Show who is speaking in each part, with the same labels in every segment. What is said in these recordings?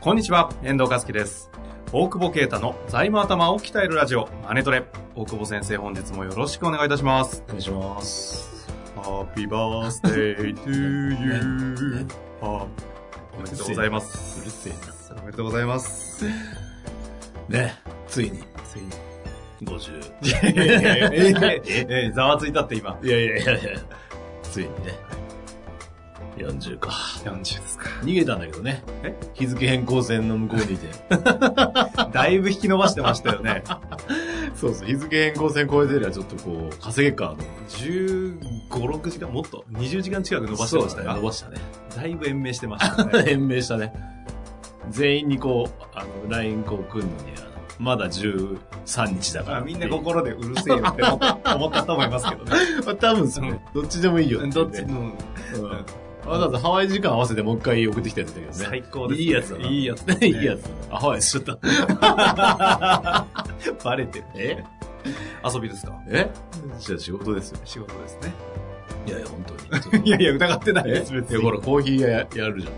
Speaker 1: こんにちは、遠藤和樹です。大久保啓太の財務頭を鍛えるラジオ、マネトレ。大久保先生、本日もよろしくお願いいたします。
Speaker 2: お願いします。
Speaker 1: Happy birthday to you. あおめでとうございます。
Speaker 2: うるせ
Speaker 1: おめでとうございます。
Speaker 2: えな。ね、ついに、
Speaker 1: ついに。
Speaker 2: 50。
Speaker 1: ええええざわついたって今。
Speaker 2: いやいやいやいや、ついにね、40か。
Speaker 1: 40ですか。
Speaker 2: 逃げたんだけどね。
Speaker 1: え
Speaker 2: 日付変更線の向こうにいて。
Speaker 1: だいぶ引き伸ばしてましたよね。
Speaker 2: そうそう、日付変更線超えてりゃちょっとこう、稼げっかと思って。
Speaker 1: 15、6時間、もっと ?20 時間近く伸
Speaker 2: 伸
Speaker 1: ば
Speaker 2: ば
Speaker 1: し
Speaker 2: してて
Speaker 1: ま
Speaker 2: ま
Speaker 1: し
Speaker 2: したた
Speaker 1: よ
Speaker 2: ね。伸ばしたね。
Speaker 1: だいぶ延命してま したね。
Speaker 2: 延命したね。全員にこう、あの、LINE こう来るのに、あのまだ13日だから
Speaker 1: あ
Speaker 2: って
Speaker 1: み
Speaker 2: いうん
Speaker 1: な心でうるせえよって思った思ったと思いますけどね。
Speaker 2: 多分その、どっちでもいいよて
Speaker 1: ど
Speaker 2: 言
Speaker 1: ってちも
Speaker 2: うんわざわざハワイ時間合わせてもう一回送ってきたやつだけどね。
Speaker 1: 最高ですね
Speaker 2: いいやつだな。
Speaker 1: いいやつです
Speaker 2: だ、
Speaker 1: ね
Speaker 2: いいやつだな。あ、ハワイしちゃった。
Speaker 1: バレてる。
Speaker 2: え
Speaker 1: 遊びですか
Speaker 2: えじゃあ仕事ですよ。
Speaker 1: 仕事ですね。
Speaker 2: いやいや、本当に。
Speaker 1: いやいや、疑ってない
Speaker 2: え
Speaker 1: です、別
Speaker 2: いや、
Speaker 1: に
Speaker 2: ほ。ら、コーヒーややるじゃん。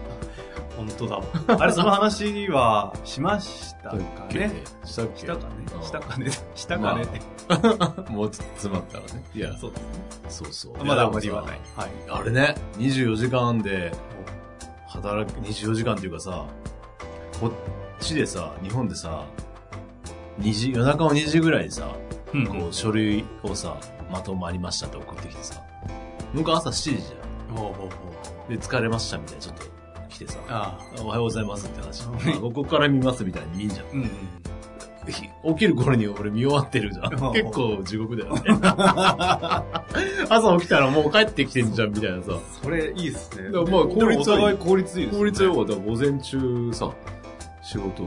Speaker 1: 本当だもん。あれ、その話はしましたかね。
Speaker 2: したっけ
Speaker 1: したかね
Speaker 2: うん
Speaker 1: したかねしたかね
Speaker 2: まもう詰まったらね。いや、
Speaker 1: そうですね。
Speaker 2: そうそう。
Speaker 1: まだあんまり言わない
Speaker 2: や。。
Speaker 1: はい。
Speaker 2: でもさあれね、24時間で、働く、24時間っていうかさ、こっちでさ、日本でさ、2時、夜中の2時ぐらいにさ、
Speaker 1: うんうん
Speaker 2: こう書類をさ、まとまりましたって送ってきてさ、向こう朝7時じ
Speaker 1: ほうほうほう
Speaker 2: ゃん。で、疲れましたみたいな、ちょっと来てさ、
Speaker 1: あ
Speaker 2: おはようござい ますって話。
Speaker 1: うん
Speaker 2: あここから見ますみたいにいいじゃん
Speaker 1: あ。うんうん。
Speaker 2: 起きる頃に俺見終わってるじゃん。
Speaker 1: うん
Speaker 2: 結構地獄だよね。 朝起きたらもう帰ってきてんじゃんみたいな さ。
Speaker 1: それ、いいっすね。
Speaker 2: だからまあ効率
Speaker 1: お
Speaker 2: は
Speaker 1: 互
Speaker 2: いい
Speaker 1: い効率いいですね。
Speaker 2: 効率はよかった。午前中さ、仕事。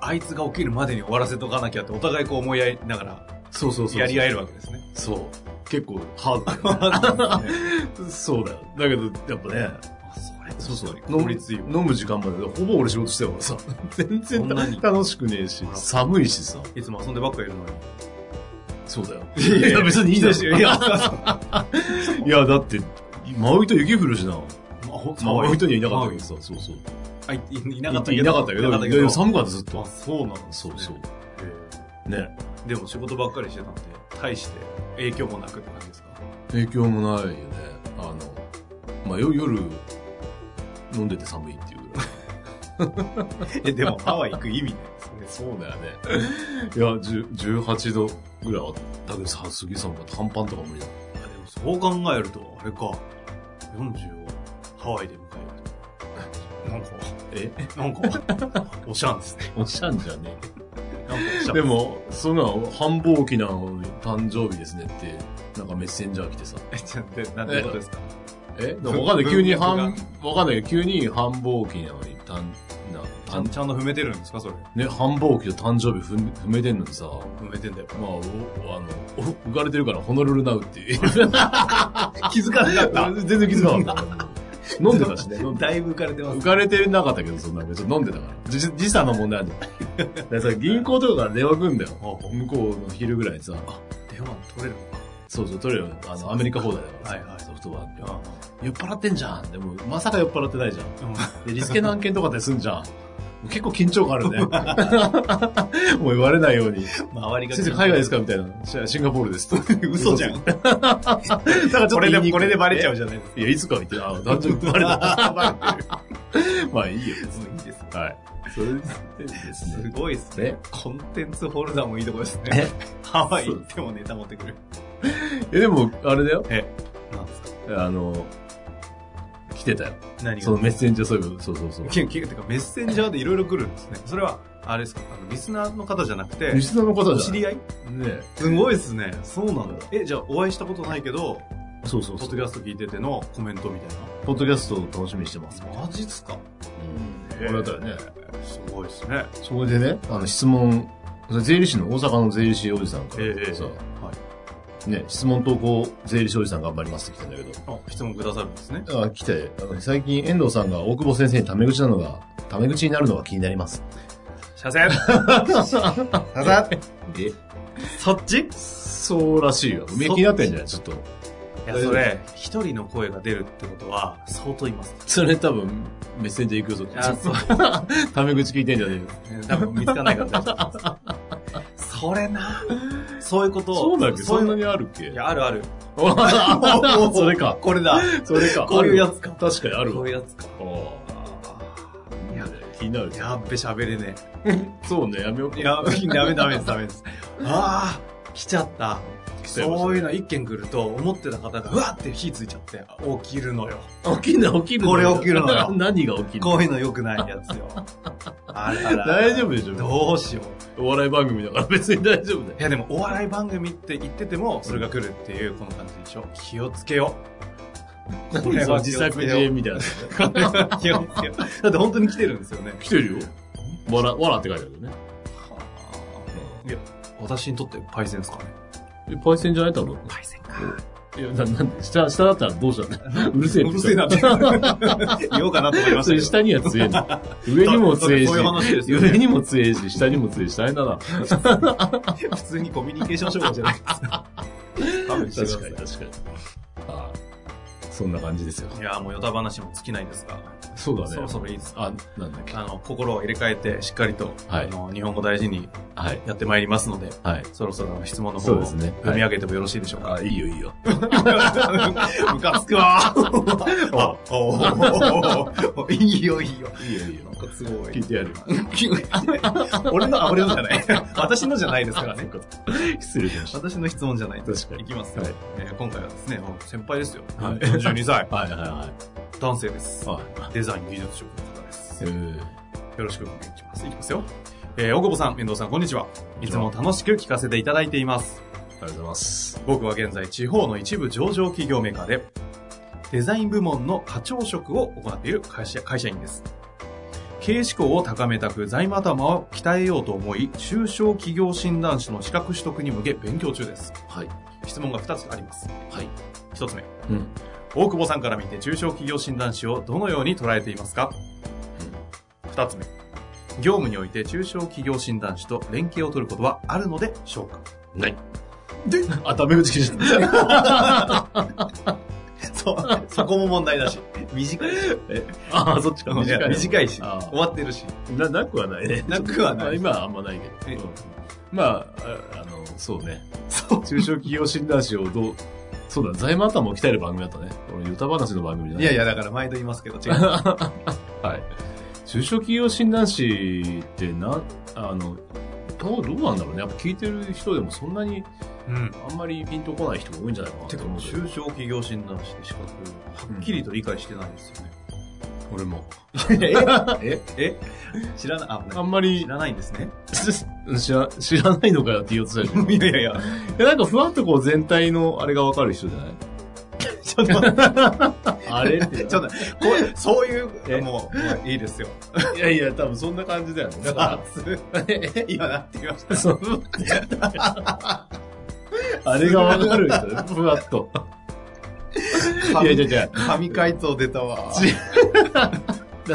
Speaker 1: あいつが起きるまでに終わらせとかなきゃって、お互いこう思い合いながら、
Speaker 2: そうそうそうそう。
Speaker 1: やり合えるわけですね。
Speaker 2: そう。結構ハード。 そうだよ。だけど、やっぱね、
Speaker 1: あそれ、
Speaker 2: そうそう。
Speaker 1: 効率いいわ。
Speaker 2: 飲む飲む時間まで、ほぼ俺仕事してたからさ。全
Speaker 1: そんなに
Speaker 2: 然楽しくねえし
Speaker 1: あ、ら
Speaker 2: 寒いしさ。
Speaker 1: いつも遊んでばっかいるのに。
Speaker 2: そうだよ。
Speaker 1: いや
Speaker 2: いや、別にいいだし。い
Speaker 1: いや
Speaker 2: や、いやだって、マウイ島雪降るしな。マウイ島にはいなかったけどさ、そうそう。
Speaker 1: あ、いいなかったけど。
Speaker 2: いなかったけど、
Speaker 1: い
Speaker 2: い
Speaker 1: な
Speaker 2: や
Speaker 1: かった
Speaker 2: いや寒かったずっ
Speaker 1: あ、
Speaker 2: と。
Speaker 1: そうなの
Speaker 2: そうそ
Speaker 1: へ
Speaker 2: う。
Speaker 1: え
Speaker 2: ね。
Speaker 1: でも仕事ばっかりしてたんで、大して影響もなくって感じですか
Speaker 2: 影響もないよね。あの、まあ、よ夜、飲んでて寒いっていうぐらい。
Speaker 1: え、でもハワイ行く意味ないですね。
Speaker 2: そうだよね。 いや、10 18度ぐらいあったけどさ、すげえ寒かった。短パンとか無理だ
Speaker 1: あでもそう考えると、あれか、40をハワイで迎える
Speaker 2: え
Speaker 1: と。なんか、なんか、 おしゃんですね。
Speaker 2: おっしゃんじゃね
Speaker 1: なんかおしゃん。
Speaker 2: で、も、そんな、繁忙期なのに誕生日ですねって、なんかメッセンジャー来てさ。
Speaker 1: え、ちょっと、なんてことですか
Speaker 2: え
Speaker 1: か
Speaker 2: わ
Speaker 1: んない
Speaker 2: かん ない。急に
Speaker 1: 文
Speaker 2: 繁
Speaker 1: 脈、
Speaker 2: わかんないけど、急に繁忙期なのに、たん、な、
Speaker 1: ち
Speaker 2: た
Speaker 1: ゃ
Speaker 2: ん
Speaker 1: ん、ちゃんと踏めてるんですかそれ。
Speaker 2: ね、繁忙期と誕生日踏め踏めてんのにさ、ま
Speaker 1: 踏めてんだよ。
Speaker 2: あ、おあの、お浮かれてるからホノルルナウっていう。
Speaker 1: 気づかな かっ
Speaker 2: 全然気づかなかった。飲んでたしね。
Speaker 1: た。 だいぶ浮かれてます
Speaker 2: 浮。かれてなかったけど、そんな別に飲んでたから。じ時差の問題あるじゃん。だからさ、銀行とかから電話来るんだよ。
Speaker 1: ほうほう
Speaker 2: 向こうの昼ぐらいにさ、
Speaker 1: 電話取れるのか
Speaker 2: そうそう、取れるよ。あの、アメリカ放題だからさ、
Speaker 1: はいはい
Speaker 2: ソフトバンク
Speaker 1: あ
Speaker 2: は。酔っ払ってんじゃん。でも、まさか酔っ払ってないじゃん。
Speaker 1: うん
Speaker 2: で、リスケの案件とかってすんじゃん。結構緊張感あるね。もう言われないように。
Speaker 1: 周りが。
Speaker 2: 先生、海外ですかみたいな。シシンガポールです と。
Speaker 1: 嘘じゃん。
Speaker 2: だからちょっと
Speaker 1: これで、
Speaker 2: 言いにくい
Speaker 1: これでバレちゃうじゃないですか。
Speaker 2: いや、いつかは言ってあ、誕生日バレた。バレてる。まあ いいよ。
Speaker 1: 別にいいです。
Speaker 2: はい。それです
Speaker 1: す
Speaker 2: ね。
Speaker 1: ごいですね
Speaker 2: ね。
Speaker 1: コンテンツホルダーもいいとこですね。ハワイ行ってもネタ持ってくる。
Speaker 2: え、でも、あれだよ。
Speaker 1: なんですか
Speaker 2: あの、来てたよ。
Speaker 1: 何
Speaker 2: そのメッセンジャーそういうこと、そうそうそう。
Speaker 1: 結構、てかメッセンジャーでいろいろ来るんですね。それは、あれですか、あの、リスナーの方じゃなくて、
Speaker 2: リスナーの方
Speaker 1: お
Speaker 2: じゃ
Speaker 1: 知
Speaker 2: ない
Speaker 1: り合い
Speaker 2: ね
Speaker 1: すごいですね。そうなんだ。え、じゃあお会いしたことないけど、
Speaker 2: そうそう
Speaker 1: ポ
Speaker 2: そ
Speaker 1: ッドキ
Speaker 2: う。
Speaker 1: ャスト聞いててのコメントみたい
Speaker 2: ポッドキャストを楽しみにしてます。
Speaker 1: な。マジっすか
Speaker 2: これだったらね。
Speaker 1: すごいですね。
Speaker 2: そこでね、あの質問、その税理士の、大阪の税理士おじさんから、さ
Speaker 1: はい。
Speaker 2: ね、質問投稿税理士おじさん頑張りますって来たんだけど、
Speaker 1: あ、質問くださるんですね。
Speaker 2: あ来て、あの最近遠藤さんが大久保先生にタメ口なのが、タメ口になるのが気になります。
Speaker 1: 車線
Speaker 3: ただ、
Speaker 2: え
Speaker 1: そっちい
Speaker 2: そうらしいよ。め気になってんじゃないちょっと。
Speaker 1: や、それ、一人の声が出るってことは、相当います。
Speaker 2: それ多分、メッセンジャー行くよ、そっち
Speaker 1: あそう。
Speaker 2: タメ口聞いてんじゃねえよ。
Speaker 1: 多分見つかんないから大丈夫ですそれなそういうことを
Speaker 2: そうだっけ
Speaker 1: そ
Speaker 2: そんな
Speaker 1: ういう
Speaker 2: にあるっけ
Speaker 1: いや、あるある。
Speaker 2: お それか。
Speaker 1: これだ。
Speaker 2: それか。
Speaker 1: こういうやつか
Speaker 2: あるわ確かにある
Speaker 1: こ
Speaker 2: わ
Speaker 1: ういう。やつか。
Speaker 2: いや気になる。
Speaker 1: やっべ、喋れね
Speaker 2: そうね、やめようか。
Speaker 1: え。やべ、ダメダメです、ダメです。ああ、来ちゃった。
Speaker 2: 来ちゃいましたね
Speaker 1: そういうの一件来ると、思ってた方が、うわって火ついちゃって、起きるのよ。
Speaker 2: 起きるの、起きるの。
Speaker 1: これ起きるのよ
Speaker 2: 何が起きる
Speaker 1: こ
Speaker 2: の
Speaker 1: ういうの良くないやつよ。あらら
Speaker 2: 大丈夫でしょ
Speaker 1: どうしよう。
Speaker 2: お笑い番組だから別に大丈夫だよ。
Speaker 1: いやでもお笑い番組って言っててもそれが来るっていうこの感じでしょ気をつけようこれ
Speaker 2: そう
Speaker 1: は
Speaker 2: 自作自
Speaker 1: 気
Speaker 2: 演
Speaker 1: を
Speaker 2: みたいな。
Speaker 1: つけよう気をつけようだって本当に来てるんですよね
Speaker 2: 来てるよ。わら、わらって書いてあるよね。
Speaker 1: いや私にとってパイセンですかね
Speaker 2: え、パイセンじゃない多分。
Speaker 1: パイセンか
Speaker 2: いや、な、なんで、下、下だったらどうした のうるせえ
Speaker 1: うるせえなって言おうかなと思いま
Speaker 2: そ
Speaker 1: した
Speaker 2: れ
Speaker 1: けど
Speaker 2: 下には強 えな。上にも強えし
Speaker 1: そういう話で、すよね
Speaker 2: 上にも強えし、下にも強えし、大変だな。
Speaker 1: 普通にコミュニケーション商法じゃないですか
Speaker 2: 確かに、確かに。ああそんな感じですよ。
Speaker 1: いやもうヨタ話も尽きないですが
Speaker 2: そうだね。
Speaker 1: そろそろいいですか
Speaker 2: あ、なんだっけ。
Speaker 1: あの心を入れ替えてしっかりと、
Speaker 2: はい
Speaker 1: あの日本語大事に
Speaker 2: はい。
Speaker 1: やってまいりますので
Speaker 2: はい。
Speaker 1: そろそろ質問の方
Speaker 2: そう
Speaker 1: を
Speaker 2: ですね。
Speaker 1: 読み上げてもよろしいでしょうか
Speaker 2: あ、いいよ、いいよ。
Speaker 1: ムカつくわあおーいいよいいよ。
Speaker 2: いいよ、いいよ
Speaker 1: なん。かすごい。
Speaker 2: 聞いてやるよ。
Speaker 1: 俺の、あ、俺のじゃない。私のじゃないですからね。
Speaker 2: 失礼しまし
Speaker 1: 私の質問じゃない。
Speaker 2: 確かに
Speaker 1: いきます、
Speaker 2: はい
Speaker 1: えー今回はですね、もう先輩ですよ。
Speaker 2: はい
Speaker 1: 42歳。
Speaker 2: た。はい、はい、はい。
Speaker 1: 男性です。
Speaker 2: はい。
Speaker 1: デザイン技術職の方です。
Speaker 2: え
Speaker 1: よ
Speaker 2: ー
Speaker 1: ろしくお願いします。いきますよ。えー、大久保さん、遠藤さん、こんにちは。いつも楽しく聞かせていただいています。
Speaker 2: ありがとうございます。
Speaker 1: 僕は現在地方の一部上場企業メーカーでデザイン部門の課長職を行っている会社会社員です経営志向を高めたく財務頭を鍛えようと思い中小企業診断士の資格取得に向け勉強中です
Speaker 2: はい。
Speaker 1: 質問が2つあります
Speaker 2: はい。
Speaker 1: 1つ目
Speaker 2: うん。
Speaker 1: 大久保さんから見て中小企業診断士をどのように捉えていますか、2つ目業務において中小企業診断士と連携を取ることはあるのでしょうか
Speaker 2: ない。で、あ、ダメ口聞いちゃった。
Speaker 1: そう、そこも問題だ し。短いし。
Speaker 2: あー、そっちか。短い。
Speaker 1: 短いし。
Speaker 2: あー
Speaker 1: 終わってるし。
Speaker 2: な、なくはないね。
Speaker 1: なくはない
Speaker 2: まあ今はあんまないけ
Speaker 1: え
Speaker 2: ど。うんまあ、ああの、そうね。中小企業診断士をどう、そうだ、財務頭を鍛える番組だったね。俺、ヨタ話の番組じゃない。
Speaker 1: いやいや、だから毎度言いますけど、違う。
Speaker 2: はい。中小企業診断士ってな、あの、どうどうなんだろうね。やっぱ聞いてる人でもそんなに、
Speaker 1: うん。
Speaker 2: あんまりピンとこない人が多いんじゃないかな
Speaker 1: て
Speaker 2: と
Speaker 1: か
Speaker 2: 思、うけど。
Speaker 1: 中小企業診断士って資格、はっきりと理解してないですよね。
Speaker 2: 俺も。
Speaker 1: ええ知らない、あ、
Speaker 2: あんまり
Speaker 1: 知、らないんですね。
Speaker 2: 知ら、知らないのかよって言おうとしたでし ょ
Speaker 1: いやいやいや、
Speaker 2: え、 なんかふわっとこう全体のあれがわかる人じゃない
Speaker 1: ちょっと待って、
Speaker 2: あれ って。
Speaker 1: ちょっと待って、こうそうい
Speaker 2: え
Speaker 1: う、もう、もういいですよ。
Speaker 2: いやいや、多分そんな感じだよね。だか
Speaker 1: 雑今なってきました。
Speaker 2: ら、その、 あれがわかる人だねふわっ と。いやいやいや、
Speaker 1: 神回答出たわ。
Speaker 2: ちだ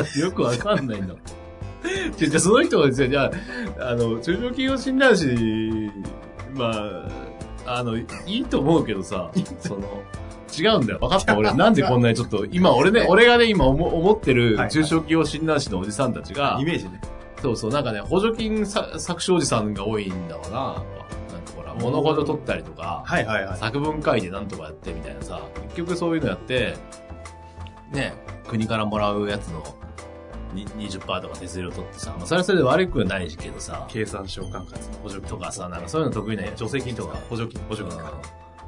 Speaker 2: ってよくわかんないんだもん。 じゃじゃその人がですね、じゃあ、あの、中小企業診断士、まあ、あの、いいと思うけどさ、その、違うんだよ。分かった俺、なんでこんなにちょっと、今俺ね、俺がね、今思思ってる
Speaker 1: はい
Speaker 2: 中小企業診断士のおじさんたちが、
Speaker 1: イメージね。
Speaker 2: そうそう、なんかね、補助金さ作詞おじさんが多いんだわな。なんかほら、物補助取ったりとか、
Speaker 1: はいはいはい。
Speaker 2: 作文会でなんとかやってみたいなさ、結局そういうのやって、ね、国からもらうやつのに20%とか手数料取ってさ、まあそれはそれで悪くはないけどさ、
Speaker 1: 経産省管轄の補助金
Speaker 2: とかさ、なんかそういうの得意な
Speaker 1: 助成金とか、補助金、補助金とか。
Speaker 2: うん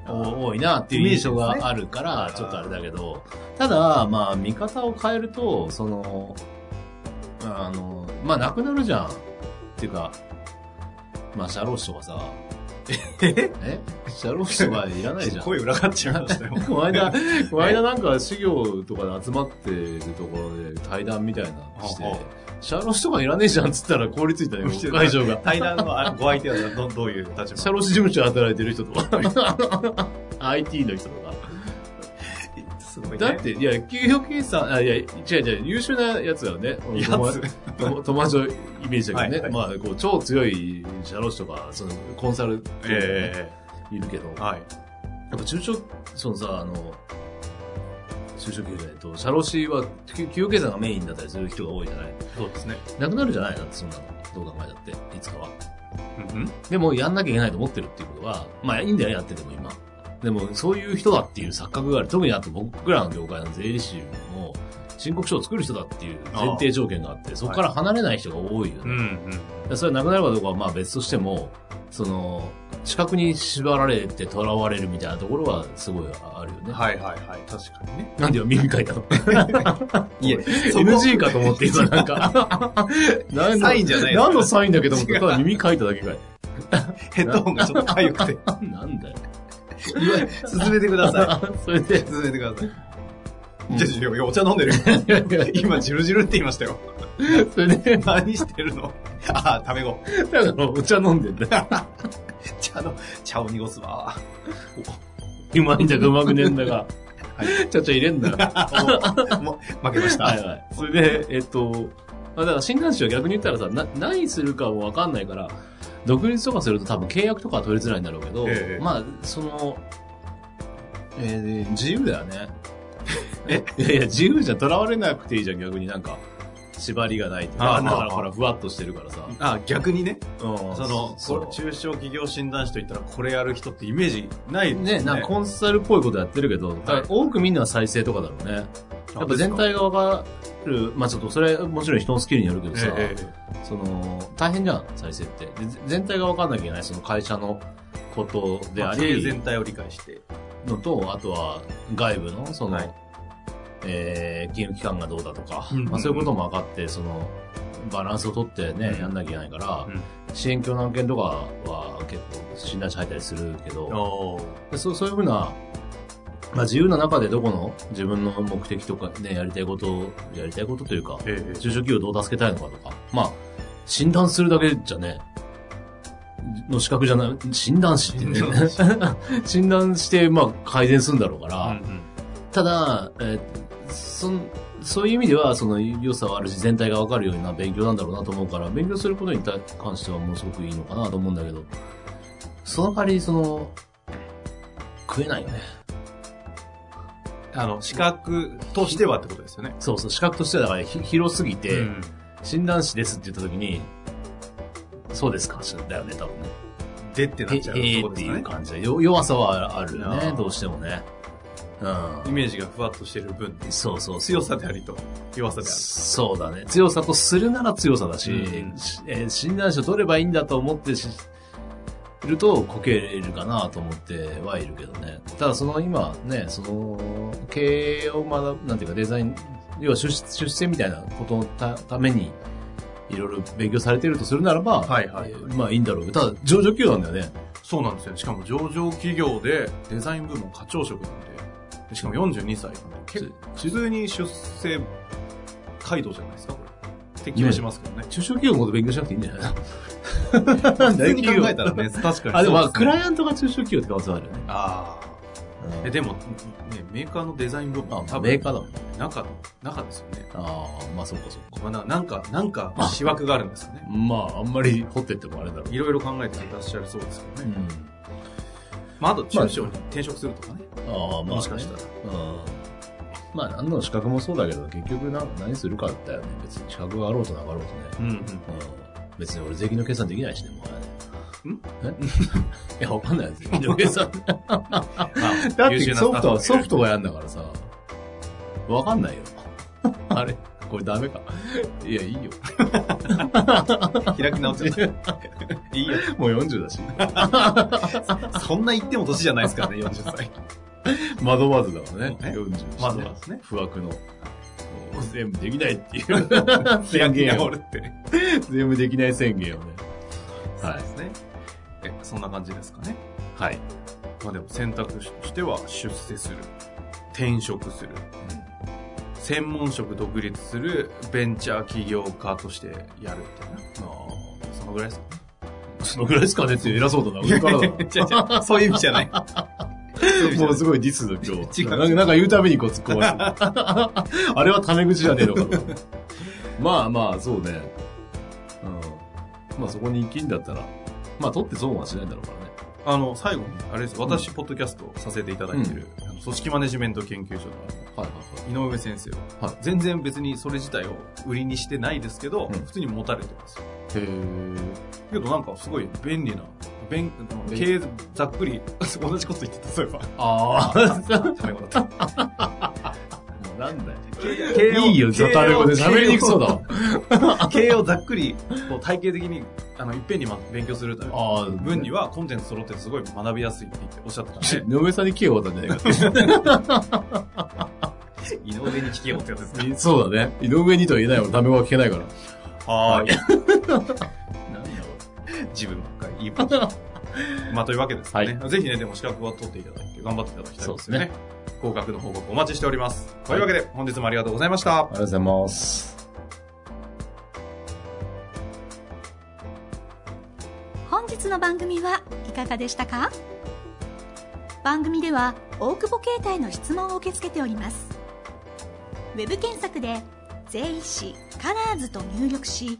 Speaker 2: お多いなっていう印象があるから、ちょっとあれだけど、ただ、まあ、見方を変えると、その、あの、まあ、なくなるじゃん。っていうか、まあ、社労士とかさ、え社労士はいらないじゃん。
Speaker 1: 声裏がっちゃいましたよ。
Speaker 2: この間、この間なんか資料とかで集まってるところで対談みたいなのして
Speaker 1: はあは、
Speaker 2: 社労士とかいらねえじゃんっつったら凍りつい たよ、会場が。
Speaker 1: 対談のあご相手はどどういう立場
Speaker 2: 社労士事務所で働いてる人とか、IT の人とか。
Speaker 1: すごいね
Speaker 2: だって、いや、給与計算、あいや、違う違う、優秀なやつだよね。
Speaker 1: やつ。
Speaker 2: 友友達のイメージだけどね。
Speaker 1: はい
Speaker 2: まあ、こう、超強い社労士とか、その、コンサルとかね、
Speaker 1: え
Speaker 2: いるけど、
Speaker 1: えはい。
Speaker 2: やっぱ中小、そのさ、あの、中小企業じゃないと、社労士は給給与計算がメインだったりする人が多いじゃない
Speaker 1: そうですね。
Speaker 2: なくなるじゃないだって、そんなの。どう考えたって、いつかは。
Speaker 1: うんうん
Speaker 2: でも、やんなきゃいけないと思ってるっていうことは、まあ、いいんだよ、やってても今。でも、そういう人だっていう錯覚がある。特にあと僕らの業界の税理士も、申告書を作る人だっていう前提条件があって、そこから離れない人が多いよね。
Speaker 1: うんうん。
Speaker 2: でそれはなくなるかどうかはまあ別としても、その、資格に縛られて囚われるみたいなところはすごいあるよね。
Speaker 1: はいはいはい。確かにね。
Speaker 2: なんでよ、耳かいた の
Speaker 1: いえ、
Speaker 2: NG かと思って今なんか。 何
Speaker 1: サインじゃない
Speaker 2: 何のサインだけど思ってただ耳かいただけかい。
Speaker 1: ヘッドホンがちょっと痒くて。
Speaker 2: なんだよ。
Speaker 1: いわゆる進めてくださ
Speaker 2: それで
Speaker 1: い。、進めてください。
Speaker 2: うん
Speaker 1: じゃあ、いやお茶飲んでる。今、ジュルジュルって言いましたよ。
Speaker 2: それで、
Speaker 1: 何してるのああ、食べご。
Speaker 2: だからお茶飲んでん だよ。
Speaker 1: 茶の、茶を濁すわ。
Speaker 2: うまいんだかうまくねえんだか。ちゃちゃ入れん だよ。
Speaker 1: もう、負けました。
Speaker 2: はいはい。それで、えっと、まあ、だから診断士は逆に言ったらさ、な何するかもわかんないから、独立とかすると多分契約とかは取りづらいんだろうけど、
Speaker 1: ええ
Speaker 2: まあ、その、えー自由だよね。え いやいや、自由じゃとらわれなくていいじゃん、逆になんか。縛りがないと
Speaker 1: あ
Speaker 2: か。
Speaker 1: あ
Speaker 2: だか
Speaker 1: ああ
Speaker 2: らほら、ふわっとしてるからさ。
Speaker 1: あ、逆にね、
Speaker 2: うん
Speaker 1: その、
Speaker 2: そう
Speaker 1: これ中小企業診断士といったらこれやる人ってイメージないです
Speaker 2: ね、なんかコンサルっぽいことやってるけど、だから多くみんなは再生とかだろうね。やっぱ全体がわかる、まあちょっとそれもちろん人のスキルによるけどさ、
Speaker 1: ええ
Speaker 2: その、大変じゃん、再生って。で全体が分かんなきゃいけない、その会社のことであ
Speaker 1: 経営
Speaker 2: り
Speaker 1: 全体を理解して。
Speaker 2: のと、あとは外部の、その、
Speaker 1: はい
Speaker 2: えー、金融機関がどうだとか、
Speaker 1: うんうんうん
Speaker 2: まあ、そういうことも分かって、その、バランスを取ってね、
Speaker 1: うん
Speaker 2: やんなきゃいけないから、
Speaker 1: うん
Speaker 2: 支援協の案件とかは結構診断書入ったりするけど、
Speaker 1: おー
Speaker 2: でそうそういうふうな、まあ、自由な中でどこの自分の目的とか、ね、やりたいことを、やりたいことというか、
Speaker 1: ええ
Speaker 2: 中小企業をどう助けたいのかとか、まあ、診断するだけじゃね、の資格じゃない、診断 士って ね
Speaker 1: 診断
Speaker 2: 診断して、まあ、改善するんだろうか
Speaker 1: う
Speaker 2: ら、
Speaker 1: んうん
Speaker 2: ただ、えーそんそういう意味では、その良さはあるし、全体がわかるような勉強なんだろうなと思うから、勉強することに対関してはものすごくいいのかなと思うんだけど、その代わり、その、食えないよね。
Speaker 1: あの、資格としてはってことですよね。
Speaker 2: そうそう、資格としてはだからひ広すぎて、
Speaker 1: うん
Speaker 2: 診断士ですって言った時に、そうですか、だよね、多分ね。
Speaker 1: でってなっ
Speaker 2: へ
Speaker 1: ちゃう
Speaker 2: へ
Speaker 1: と
Speaker 2: ー
Speaker 1: こ
Speaker 2: っ
Speaker 1: で
Speaker 2: て
Speaker 1: す
Speaker 2: い
Speaker 1: ね
Speaker 2: う。感じで、よ弱さはあるよ
Speaker 1: あ
Speaker 2: ね
Speaker 1: ー、
Speaker 2: どうしてもね。う
Speaker 1: イメージがふわっとしてる分、
Speaker 2: ん。そうそうそう。
Speaker 1: 強さでありと弱さである。
Speaker 2: そうだね。強さとするなら強さだし、
Speaker 1: うん
Speaker 2: しえー診断書取ればいいんだと思ってし、いるとこけるかなと思ってはいるけどね。ただその今ね、その、経営を学ぶ、なんていうかデザイン、要は出出世みたいなことのたために、いろいろ勉強されてるとするならば、
Speaker 1: はいはい
Speaker 2: えーまあいいんだろうけど、ただ上場級なんだよね。
Speaker 1: そうなんですよ。しかも上場企業でデザイン部門課長職なんで、しかも42歳なんで、結構普通に出世街道じゃないですか、これ。って気はしますけどね。
Speaker 2: 中小企業のこと勉強しなくていいんじゃない
Speaker 1: 普通に考えたらね、確かにそうすね。
Speaker 2: あ、でもまあ、クライアントが中小企業って可能性はあるよね。
Speaker 1: ああ。えでも、ね、メーカーのデザイン部
Speaker 2: ま
Speaker 1: 門、
Speaker 2: あ、メーカーだもん。
Speaker 1: ー中の、中ですよね。
Speaker 2: ああ、まあそうかそうか。
Speaker 1: まあ、ななんか、なんか、仕枠があるんですよね。
Speaker 2: まあ、あんまり掘ってってもあれだろうけ
Speaker 1: いろいろ考えていらっしゃるそうですけ
Speaker 2: ど
Speaker 1: どね。
Speaker 2: ね。
Speaker 1: まあ、あと中小に転職するとかね。
Speaker 2: ああ、まあ、
Speaker 1: もしかしたら。
Speaker 2: ら。うん。まあ、何の資格もそうだけど、結局な何するかだよね。別に資格があろうとなかろうとね。
Speaker 1: うんうん。
Speaker 2: うん。別に俺税金の計算できないしね、もうあれね。え いや、わかんないですよ。税金の計算。 だってソフトは、ソフトがやんだからさ、わかんないよ。あれこれダメか。いや、いいよ。
Speaker 1: 開き直っちゃった。いいよ。
Speaker 2: もう40だし。
Speaker 1: そんな言っても年じゃないですからね、40歳。
Speaker 2: 窓まずだからね。
Speaker 1: ね
Speaker 2: 40だしね
Speaker 1: 窓まずね
Speaker 2: 不惑の。もう全部できないっていう。 宣言を。
Speaker 1: って。
Speaker 2: 全部できない宣言をね。は
Speaker 1: ですね。えそんな感じですかね。
Speaker 2: はい。
Speaker 1: まあでも選択肢としては出世する、転職する、専門職独立する、ベンチャー起業家としてやるみたいな。そのぐらいですか
Speaker 2: そのぐらいですかねって偉そうだな。
Speaker 1: いや
Speaker 2: 上から だな
Speaker 1: ね。そういう意味じゃ ない。
Speaker 2: もうすごいディスだ、今日。
Speaker 1: 違う
Speaker 2: なんかなんか言うたびにこう突っ込まれ て。あれはタメ口じゃねえのか と。まあまあ、そうね。うん。まあそこに行きんだったら、まあ取って損はしないんだろうからね。
Speaker 1: あの、最後に、あれです。私、ポッドキャストさせていただいてる、あの組織マネジメント研究所の
Speaker 2: はい
Speaker 1: 井上先生は、
Speaker 2: はい
Speaker 1: 全然別にそれ自体を売りにしてないですけど、
Speaker 2: うん
Speaker 1: 普通に持たれてますよ
Speaker 2: はいはい。へえ。
Speaker 1: けどなんかすごい便利な、便、経営、ざっく り、同じこと言ってた、そういえば。
Speaker 2: ああ。
Speaker 1: 最後だった。
Speaker 2: なんだよ。
Speaker 1: 経営を
Speaker 2: いいよ、ザタレ語で喋りにくそうだわ。
Speaker 1: 経営をざっくり、こう体系的に、あの、いっぺんにま勉強するため
Speaker 2: ああ、
Speaker 1: 分にはコンテンツ揃っててすごい学びやすいって言っておっしゃってたんで、
Speaker 2: 井上さんに聞けよかったんじゃないか
Speaker 1: 井上に聞けよってやつです
Speaker 2: っ
Speaker 1: ね。
Speaker 2: て。そうだね。井上にとは言えないもん、タメ語は聞けないから。
Speaker 1: はーい。なんだろう。自分ばっかりいいこと。まあ、というわけですね。ぜひね、でも資格は取っていただいて、頑張っていただきたいですよね。
Speaker 2: そ
Speaker 1: 合格の報告お待ちしております。というわけで、本日もありがとうございました
Speaker 2: あ。りがとうございます。
Speaker 4: 本日の番組はいかがでしたか番組では大久保携帯の質問を受け付けておりますウェブ検索で「税理士カラーズと入力し